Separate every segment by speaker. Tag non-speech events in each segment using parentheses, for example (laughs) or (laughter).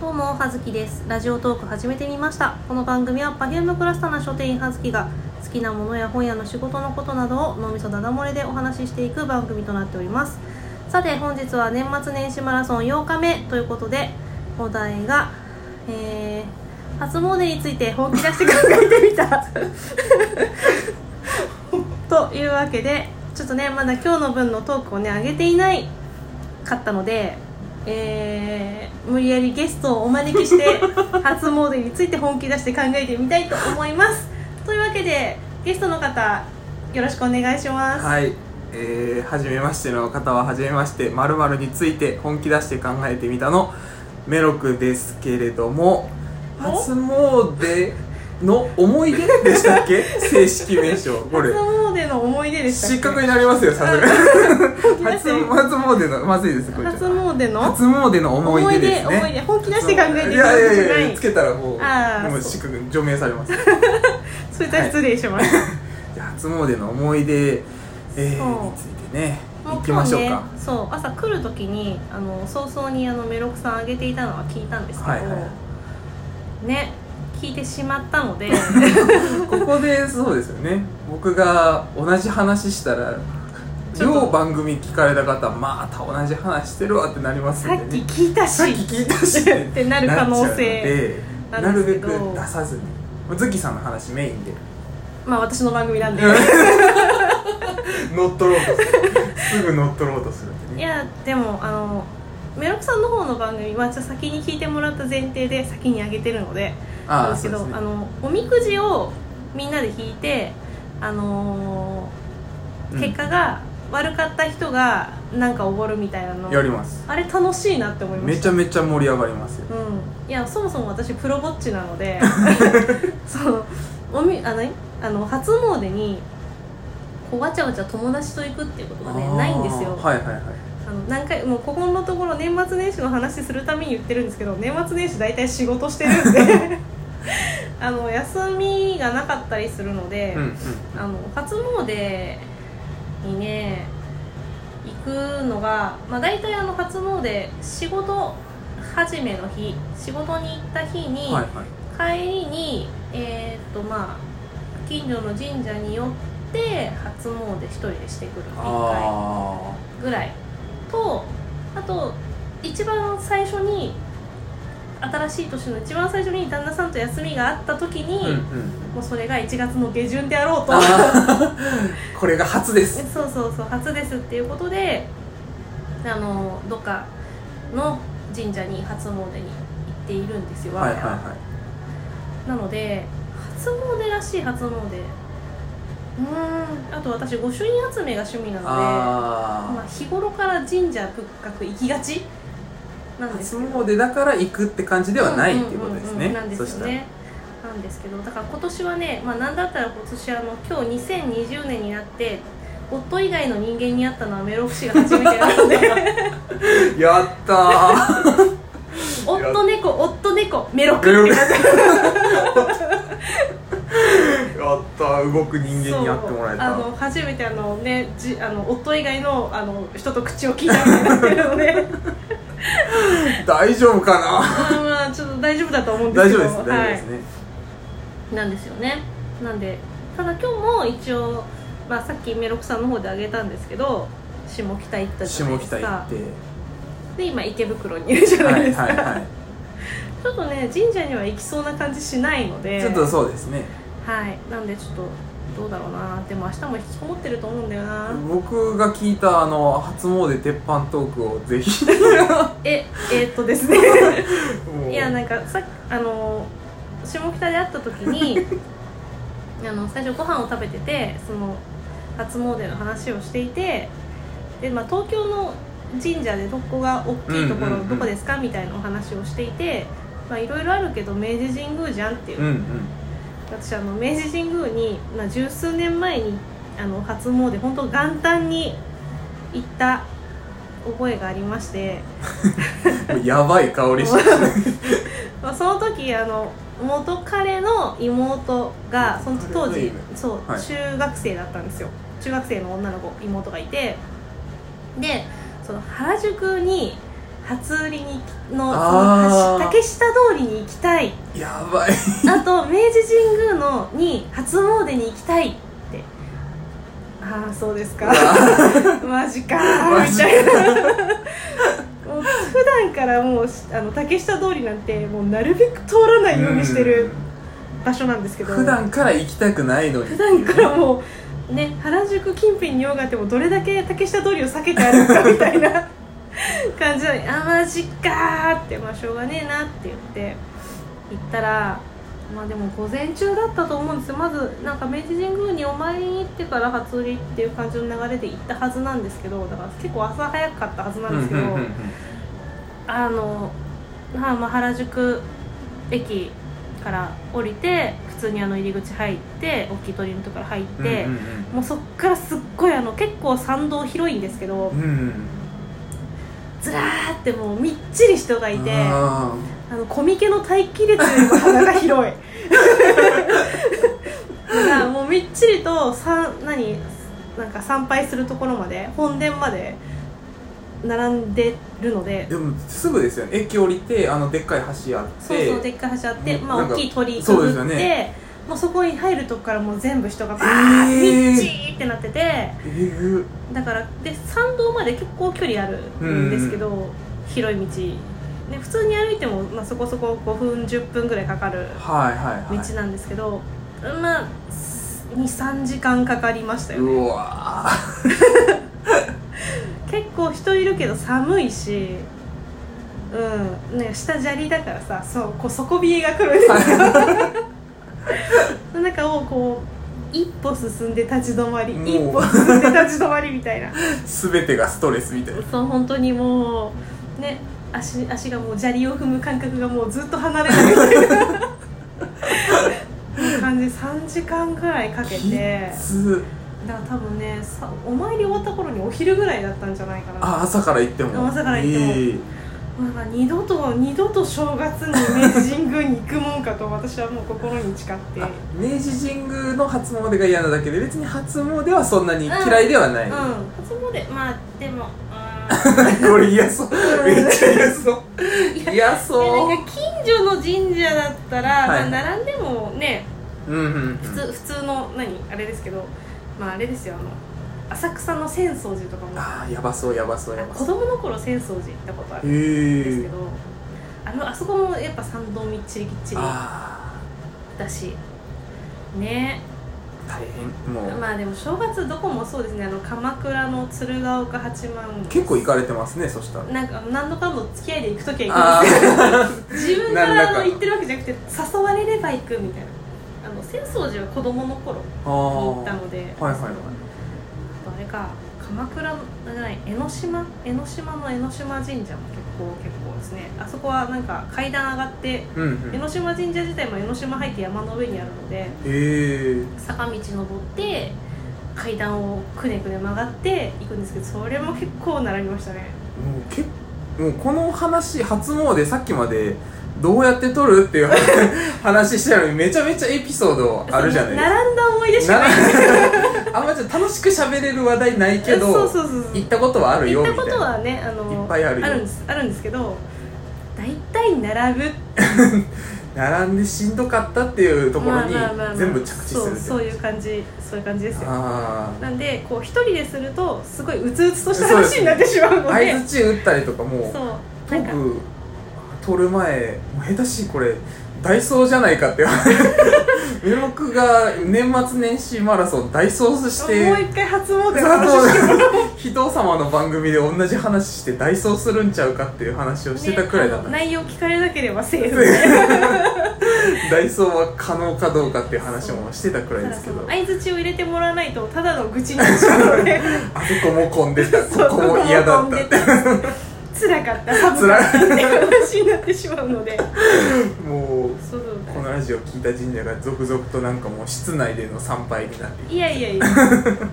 Speaker 1: どうもはずきですラジオトーク始めてみましたこの番組はパフュームクラスターな書店員はずきが好きなものや本屋の仕事のことなどを脳みそだだ漏れでお話ししていく番組となっておりますさて本日は年末年始マラソン8日目ということでお題が、えー、初詣について本気出して考えてみた (laughs) というわけでちょっとねまだ今日の分のトークをね上げていないかったので、えー無理やりゲストをお招きして初詣について本気出して考えてみたいと思いますというわけでゲストの方よろしくお願いします、
Speaker 2: はい、えー、初めましての方は初めましてまるまるについて本気出して考えてみたのメロクですけれども
Speaker 1: も
Speaker 2: 初詣の思い出でした
Speaker 1: (laughs)
Speaker 2: っけ正式名称これ
Speaker 1: 初詣の思い出でしたっけ
Speaker 2: 失格になりますよさすがに
Speaker 1: 本気出して
Speaker 2: 初初詣のまずいですこれ
Speaker 1: 初詣の
Speaker 2: 初�詣の思い出です
Speaker 1: 思い出思い出
Speaker 2: ね
Speaker 1: 本気出して考えてみ
Speaker 2: い
Speaker 1: た
Speaker 2: や
Speaker 1: わ
Speaker 2: い
Speaker 1: けじゃ
Speaker 2: や
Speaker 1: ない
Speaker 2: やつけたらもう
Speaker 1: あー
Speaker 2: もう失格除名されます
Speaker 1: それでは失礼します、
Speaker 2: じゃあ初詣の思い出、え
Speaker 1: そう
Speaker 2: ー、についてね
Speaker 1: も
Speaker 2: 行
Speaker 1: う
Speaker 2: き
Speaker 1: 今
Speaker 2: ま
Speaker 1: 日
Speaker 2: しょう
Speaker 1: ね
Speaker 2: か、
Speaker 1: そう朝来る時にあの早々にあのメロクさんあげていたのは聞いたんですけど、
Speaker 2: はいは
Speaker 1: ね聞いてしまったので
Speaker 2: (laughs) ここでそうですよね僕が同じ話したら
Speaker 1: ちょっと
Speaker 2: 両番組聞かれた方また同じ話してるわってなりますん
Speaker 1: さ
Speaker 2: で
Speaker 1: っき
Speaker 2: ね
Speaker 1: 聞いたし
Speaker 2: さっき聞いたし
Speaker 1: ってなる可能性
Speaker 2: なっち
Speaker 1: な
Speaker 2: ゃうん
Speaker 1: です
Speaker 2: の
Speaker 1: けど
Speaker 2: でなるべく出さずにズッキーさんの話メイ
Speaker 1: (laughs)
Speaker 2: ンで
Speaker 1: まあ私の番組なんで
Speaker 2: 乗っ取ろうとするすぐ乗っ取ろうとするって
Speaker 1: い
Speaker 2: ね
Speaker 1: やでもあのメロクさんの方の番組はじゃあ先に聞いてもらった前提で先にあげてるのでなん
Speaker 2: ああ
Speaker 1: ですけ
Speaker 2: そうで
Speaker 1: ど
Speaker 2: すね
Speaker 1: あのおみくじをみんなで引いて、あのー
Speaker 2: うん
Speaker 1: 結果が悪かった人がなんかおごるみたいなの
Speaker 2: やります
Speaker 1: あれ楽しいなって思いま
Speaker 2: め
Speaker 1: し
Speaker 2: ち
Speaker 1: た
Speaker 2: ゃめちゃ盛り上がりますよ
Speaker 1: うん、いやそもそも私プロぼっちなの
Speaker 2: (laughs)
Speaker 1: でそのおみあのあの初詣にこうわちゃわちゃ友達と行くっていうことが
Speaker 2: あ
Speaker 1: ね
Speaker 2: ー
Speaker 1: ないんですよ
Speaker 2: はいはいはい
Speaker 1: あの何回もうここのところ年末年始の話するために言ってるんですけど年末年始大体仕事してるん
Speaker 2: (laughs)
Speaker 1: であの休みがなかったりするので、
Speaker 2: うんうん
Speaker 1: あの初詣にね行くのが、まあ、大体あの初詣仕事始めの日仕事に行った日に、
Speaker 2: はいはい
Speaker 1: 帰りにえーっとまあ近所の神社に寄って初詣一人でしてくる一回
Speaker 2: あ
Speaker 1: ぐらいとあと一番最初に新しい年の一番最初に旦那さんと休みがあった時
Speaker 2: あ
Speaker 1: に、
Speaker 2: うんうん
Speaker 1: もうそれが1月の下旬であろうと
Speaker 2: あーこれが初です
Speaker 1: そうそうそう初ですっていうことであのどっかの神社に初詣に行っているんですよ、
Speaker 2: はいはい
Speaker 1: 我々は
Speaker 2: はい
Speaker 1: なので初詣らしい初詣うーんあと私御朱印集めが趣味なのでま
Speaker 2: あ
Speaker 1: あ、日頃から神社仏閣行きがちなん
Speaker 2: あ
Speaker 1: です
Speaker 2: 初
Speaker 1: けど
Speaker 2: 詣だから行くって感じではないっていうことです
Speaker 1: うんうんうんうん
Speaker 2: ね
Speaker 1: なんで
Speaker 2: そ
Speaker 1: す
Speaker 2: し
Speaker 1: よ
Speaker 2: たら
Speaker 1: ねなんですけどだから今年はね、まあ、なんだったら今年あの今日2020年になって夫以外の人間に会ったのはメロフ氏が初めてな
Speaker 2: (laughs)
Speaker 1: ので
Speaker 2: やった
Speaker 1: 夫猫夫猫メロ
Speaker 2: ー
Speaker 1: クって感じ
Speaker 2: やったー動く人間にやってもらえた
Speaker 1: そうあの初めてあのねじあの夫以外のあの人と口を聞いたみたいになってるの
Speaker 2: (laughs)
Speaker 1: で
Speaker 2: 大丈夫かな
Speaker 1: まあまあちょっと大丈夫だと思うんですけ
Speaker 2: 大丈
Speaker 1: ど
Speaker 2: 夫です大丈夫
Speaker 1: は
Speaker 2: で
Speaker 1: い
Speaker 2: すね、
Speaker 1: なんですよねなんでただ今日も一応、まあ、さっきメロクさんの方であげたんですけど下北行ったじゃない
Speaker 2: 下
Speaker 1: です
Speaker 2: 北
Speaker 1: か
Speaker 2: 行って
Speaker 1: で今池袋にいるじゃ
Speaker 2: は
Speaker 1: ないで
Speaker 2: い
Speaker 1: すか、
Speaker 2: はいは
Speaker 1: ちょっとね神社には行きそうな感じしないので
Speaker 2: いちょっとそうですね
Speaker 1: はいなんでちょっとどうだろうなでも明日も引きこもってると思うんだよな
Speaker 2: 僕が聞いたあの初詣鉄板トークをぜひ
Speaker 1: ええーっとですね
Speaker 2: もう
Speaker 1: いやなんかさっきあの下北で会った時
Speaker 2: (laughs)
Speaker 1: にあの最初ご飯を食べててその初詣の話をしていてで、まあ、東京の神社でどこが大きいとこ
Speaker 2: うん
Speaker 1: ろ
Speaker 2: うんうん
Speaker 1: どこですかみたいなお話をしていてまあいろいろあるけど明治神宮じゃんっていう、
Speaker 2: うんうん
Speaker 1: 私あの明治神宮に、まあ、十数年前にあの初詣本当元旦に行った覚えがありまして。
Speaker 2: もうやばい香りして
Speaker 1: まあ、その時あの元彼の妹がその
Speaker 2: 元
Speaker 1: 当
Speaker 2: 彼の
Speaker 1: 時
Speaker 2: 妹
Speaker 1: そう、
Speaker 2: はい
Speaker 1: 中学生だったんですよ中学生の女の子妹がいてでその原宿に初売りにのその
Speaker 2: あ
Speaker 1: 橋
Speaker 2: ー
Speaker 1: 竹下りに行きたい
Speaker 2: やばい
Speaker 1: (laughs) あと明治神宮のに初詣に行きたいってああそうですか (laughs) マジかー
Speaker 2: マ
Speaker 1: み
Speaker 2: ジか
Speaker 1: たいな (laughs) もう普段からもうあの竹下通りなんてもうなるべく通らないようにしてる場所なんですけ
Speaker 2: うん
Speaker 1: ど
Speaker 2: 普段から行きたくないの
Speaker 1: 普
Speaker 2: に
Speaker 1: 段からもうね原宿近辺に用があってもどれだけ竹下通りを避けて歩くかみたい
Speaker 2: (laughs)
Speaker 1: な感じなのに「あマジかー」ってまあしょうがねえなって言って行ったらまあでも午前中だったと思うんですよまずなんか明治神宮にお参りに行ってから初売りっていう感じの流れで行ったはずなんですけどだから結構朝早かったはずなんですけど、
Speaker 2: うんうんうんうん
Speaker 1: あの、まあ、まあ原宿駅から降りて普通にあの入り口入って大きい鳥居のところから入って、
Speaker 2: うんうん
Speaker 1: もうそっからすっごいあの結構参道広いんですけど
Speaker 2: うんうん
Speaker 1: ずらーってもうみっちり人がいてあ
Speaker 2: あ
Speaker 1: のコミケの待機列よりも鼻が広い (laughs) だからもうみっちりとさ何なんか参拝するところまで本殿まで並んでるので
Speaker 2: ーでもすぐですよね駅降りてあのでっかい橋あって
Speaker 1: そうそうでっかい橋あって、ま
Speaker 2: な
Speaker 1: あ、
Speaker 2: んか
Speaker 1: 大きい鳥居く
Speaker 2: そう
Speaker 1: ぐ
Speaker 2: で
Speaker 1: っ
Speaker 2: す
Speaker 1: てそ,、
Speaker 2: よね
Speaker 1: もうそこに入るとこからもう全部人がバー
Speaker 2: え
Speaker 1: ッ、み
Speaker 2: ー
Speaker 1: っちーってなってて
Speaker 2: えぐ
Speaker 1: だからで参道まで結構距離あるんですけど、広い道で普通に歩いても、まあ、そこそこ5分10分ぐらいかかる
Speaker 2: はいはい
Speaker 1: 道
Speaker 2: はい
Speaker 1: なんですけど、まあ23時間かかりましたよね
Speaker 2: うわー
Speaker 1: 結構人いるけど寒いしうんね下砂利だからさそうこう底冷えが来るんですよの中をこう一歩進んで立ち止まり
Speaker 2: もう
Speaker 1: 一歩進んで立ち止まりみたいな
Speaker 2: 全てがストレスみたいな
Speaker 1: そう本当にもうね足足がもう砂利を踏む感覚がもうずっと離れ
Speaker 2: (laughs)
Speaker 1: ないみたいな感じ3時間ぐらいかけ
Speaker 2: き
Speaker 1: て
Speaker 2: つ
Speaker 1: だから多分ねさお参り終わった頃にお昼ぐらいだったんじゃないかな
Speaker 2: あ朝から行っても
Speaker 1: 朝から行っても
Speaker 2: ええ
Speaker 1: なんか二度と二度と正月に明治神宮に行くもんかと私はもう心に誓って
Speaker 2: あ明治神宮の初詣が嫌なだけで別に初詣はそんなに嫌いではない、
Speaker 1: うん初詣まあでも
Speaker 2: これ嫌そうめっちゃ嫌そう
Speaker 1: いや
Speaker 2: 嫌そう
Speaker 1: なんか近所の神社だったら、
Speaker 2: はい
Speaker 1: まあ並んでもね
Speaker 2: うんうんうん
Speaker 1: 普通普通の何あれですけどまああれですよあの浅草の浅草寺とかもあ
Speaker 2: ああやばそうやばそうやば
Speaker 1: 子
Speaker 2: そう
Speaker 1: 供の頃浅草寺行ったことあるんです
Speaker 2: へ
Speaker 1: け
Speaker 2: え
Speaker 1: ど、あのあそこもやっぱ参道みっちりぎっちり
Speaker 2: あ
Speaker 1: だしね
Speaker 2: あ大変もう、
Speaker 1: まあでも正月どこもそうですねあの鎌倉の鶴岡八幡
Speaker 2: 結構行かれてますねそしたら
Speaker 1: なんか何度かん度付き合いで行く時は行
Speaker 2: あ
Speaker 1: くんです (laughs) けど自
Speaker 2: あ
Speaker 1: 分からあ
Speaker 2: なんだ
Speaker 1: の
Speaker 2: か
Speaker 1: 行ってるわけじゃなくて誘われれば行くみたいなあの浅草寺は子供の頃に
Speaker 2: あ
Speaker 1: 行った
Speaker 2: ー
Speaker 1: ので
Speaker 2: はいはいはい
Speaker 1: あとあれか鎌倉じゃない江ノ島江ノ島の江ノ島神社も結構結構ですねあそこはなんか階段上がって
Speaker 2: うんう
Speaker 1: 江
Speaker 2: ん
Speaker 1: ノ島神社自体も江ノ島入って山の上にあるので
Speaker 2: へえ
Speaker 1: 坂道登って階段をくねくね曲がって行くんですけどそれも結構並びましたね
Speaker 2: もうけもうこの話初詣さっきまでどうやって撮るっていう話話してたのにめちゃめちゃエピソードあるじゃないですか
Speaker 1: 並んだ思い出しか
Speaker 2: な
Speaker 1: ない
Speaker 2: (laughs) あんまちょっと楽しく喋れる話題ないけど
Speaker 1: そうそうそうそう
Speaker 2: 行ったことはある
Speaker 1: 行
Speaker 2: よ
Speaker 1: っ
Speaker 2: み
Speaker 1: た
Speaker 2: たいな
Speaker 1: ことはねあの
Speaker 2: いっぱいあるよ
Speaker 1: んですあるんですけど大体並ぶ
Speaker 2: 並んでしんどかったっていうところに
Speaker 1: まあまあまあまあ
Speaker 2: 全部着地するって
Speaker 1: そうそういう感じそういう感じですよ
Speaker 2: あ
Speaker 1: なんでこう一人でするとすごいうつうつとした話になってしまう
Speaker 2: あ
Speaker 1: ので
Speaker 2: 相づち打ったりとかもう
Speaker 1: そう
Speaker 2: ト
Speaker 1: なん
Speaker 2: ー
Speaker 1: か
Speaker 2: ク撮る前もう下手しいこれダイソーじゃないかって (laughs) メロクが年末年始マラソンダイソーし
Speaker 1: もう
Speaker 2: て
Speaker 1: 一回初詣の
Speaker 2: (laughs)
Speaker 1: 話して
Speaker 2: あと人様の番組で同じ話してダイソーするんちゃうかっていう話をしてたくらいだったん
Speaker 1: ね
Speaker 2: で
Speaker 1: あの内
Speaker 2: す
Speaker 1: 容聞かれなければセーフで
Speaker 2: (laughs) ダイソーは可能かどうかっていう話もしてたくらいですけど
Speaker 1: 相づちを入れてもらわないとただの愚痴になっちゃうので
Speaker 2: あそこも混ん
Speaker 1: (laughs)
Speaker 2: でた
Speaker 1: そう
Speaker 2: ここも嫌だったって
Speaker 1: 辛かった寒かったっていう話になってしまうので
Speaker 2: もう
Speaker 1: そうそう
Speaker 2: このラジオ聞いた神社が続々となんかもう室内での参拝になってい
Speaker 1: いやいやいやい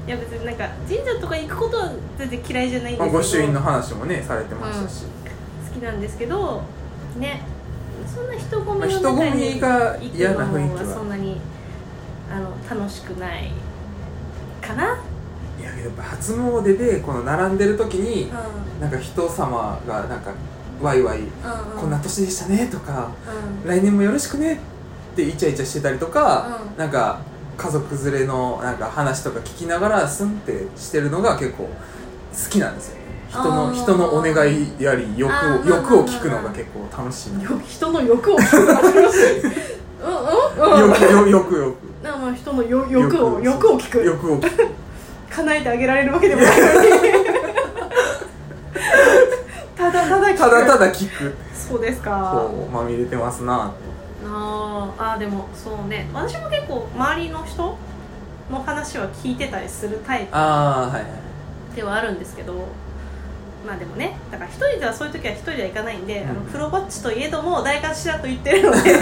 Speaker 1: や別になんか神社とか行くことは全然嫌いじゃないん
Speaker 2: く
Speaker 1: です
Speaker 2: まあ、
Speaker 1: けど
Speaker 2: 御朱印の話もねされてましたし、
Speaker 1: 好きなんですけどねそんな人混み
Speaker 2: ま
Speaker 1: の
Speaker 2: あ、人
Speaker 1: 中
Speaker 2: 混
Speaker 1: に
Speaker 2: み
Speaker 1: 行く
Speaker 2: が嫌な雰囲
Speaker 1: のは
Speaker 2: 気
Speaker 1: そん
Speaker 2: は
Speaker 1: なにあの楽しくないかな、うん、
Speaker 2: いややっぱ初詣でこの並んでる時になんか人様がなんかワイワイ、
Speaker 1: うんうん
Speaker 2: こんな年でしたねとか
Speaker 1: うん
Speaker 2: 来年もよろしくねってイチャイチャしてたりとか、
Speaker 1: うん
Speaker 2: なんか家族連れのなんか話とか聞きながらスンってしてるのが結構好きなんですよね人
Speaker 1: あ
Speaker 2: の
Speaker 1: ー
Speaker 2: 人のお願いやり欲
Speaker 1: あー
Speaker 2: を欲を聞くのが結構楽しい欲
Speaker 1: よ人の欲を聞く話をするうんうんうん
Speaker 2: 欲欲欲
Speaker 1: なまあ人のよ欲を
Speaker 2: 欲
Speaker 1: 欲を聞く
Speaker 2: 欲を聞く
Speaker 1: 叶えてあげられるわけでもないのにただただ聞く
Speaker 2: ただただ聞
Speaker 1: (laughs)
Speaker 2: く
Speaker 1: そうですか
Speaker 2: こうまみれてますな
Speaker 1: あーあーでもそうね私も結構周りの人の話は聞いてたりするタイプ
Speaker 2: ああはいはい
Speaker 1: ではあるんですけどまあでもねだから一人ではそういう時は一人では行かないんで、
Speaker 2: うん
Speaker 1: あのプロぼっちといえども大活しだと言ってるので (laughs)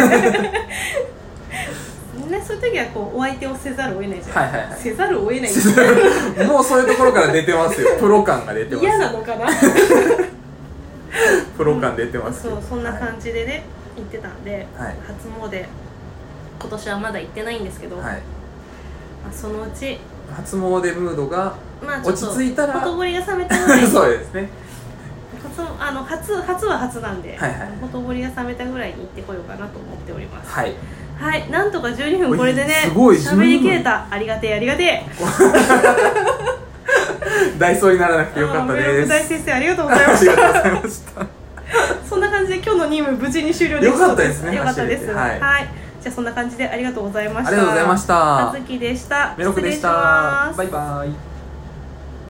Speaker 1: ねそういう時はこうお相手をせざるを得ないじゃん、
Speaker 2: はいはいはい
Speaker 1: せざるを得ない
Speaker 2: (laughs) もうそういうところから出てますよプロ感が出てます
Speaker 1: 嫌なのかな
Speaker 2: プロ感出てます
Speaker 1: そ
Speaker 2: よ
Speaker 1: うそんな感じでね行ってたんで、
Speaker 2: はい
Speaker 1: 初詣今年はまだ行ってないんですけど、
Speaker 2: はい、はい、
Speaker 1: まあ、そのうち
Speaker 2: 初詣ムードが
Speaker 1: まあちょ
Speaker 2: 落
Speaker 1: っ
Speaker 2: ち
Speaker 1: と
Speaker 2: 着いたら
Speaker 1: ほとぼりが冷め
Speaker 2: (laughs)
Speaker 1: たぐらいに
Speaker 2: そうですね
Speaker 1: 初あの初初は初なんで、
Speaker 2: はいはい
Speaker 1: ほとぼりが冷めたぐらいに行ってこようかなと思っております
Speaker 2: はい
Speaker 1: はいなんとか12分これでね
Speaker 2: おいすごい
Speaker 1: 喋り切れたありがてえありがてえ
Speaker 2: ダイソーにならなくてよかった
Speaker 1: あーメロ
Speaker 2: で
Speaker 1: ク
Speaker 2: す
Speaker 1: 大先生ありがとうございま
Speaker 2: あ
Speaker 1: し
Speaker 2: りがとう
Speaker 1: た
Speaker 2: ございま (laughs) した
Speaker 1: そんな感じで今日の任務無事に終了できそう
Speaker 2: よかったですね
Speaker 1: よかったです
Speaker 2: 走れてはい
Speaker 1: じゃあそんな感じでありがとうございまし
Speaker 2: あ
Speaker 1: た
Speaker 2: りがとうございまし
Speaker 1: 葉
Speaker 2: た
Speaker 1: 月でした
Speaker 2: メロクでし
Speaker 1: 失礼しま
Speaker 2: た
Speaker 1: す
Speaker 2: バイバイ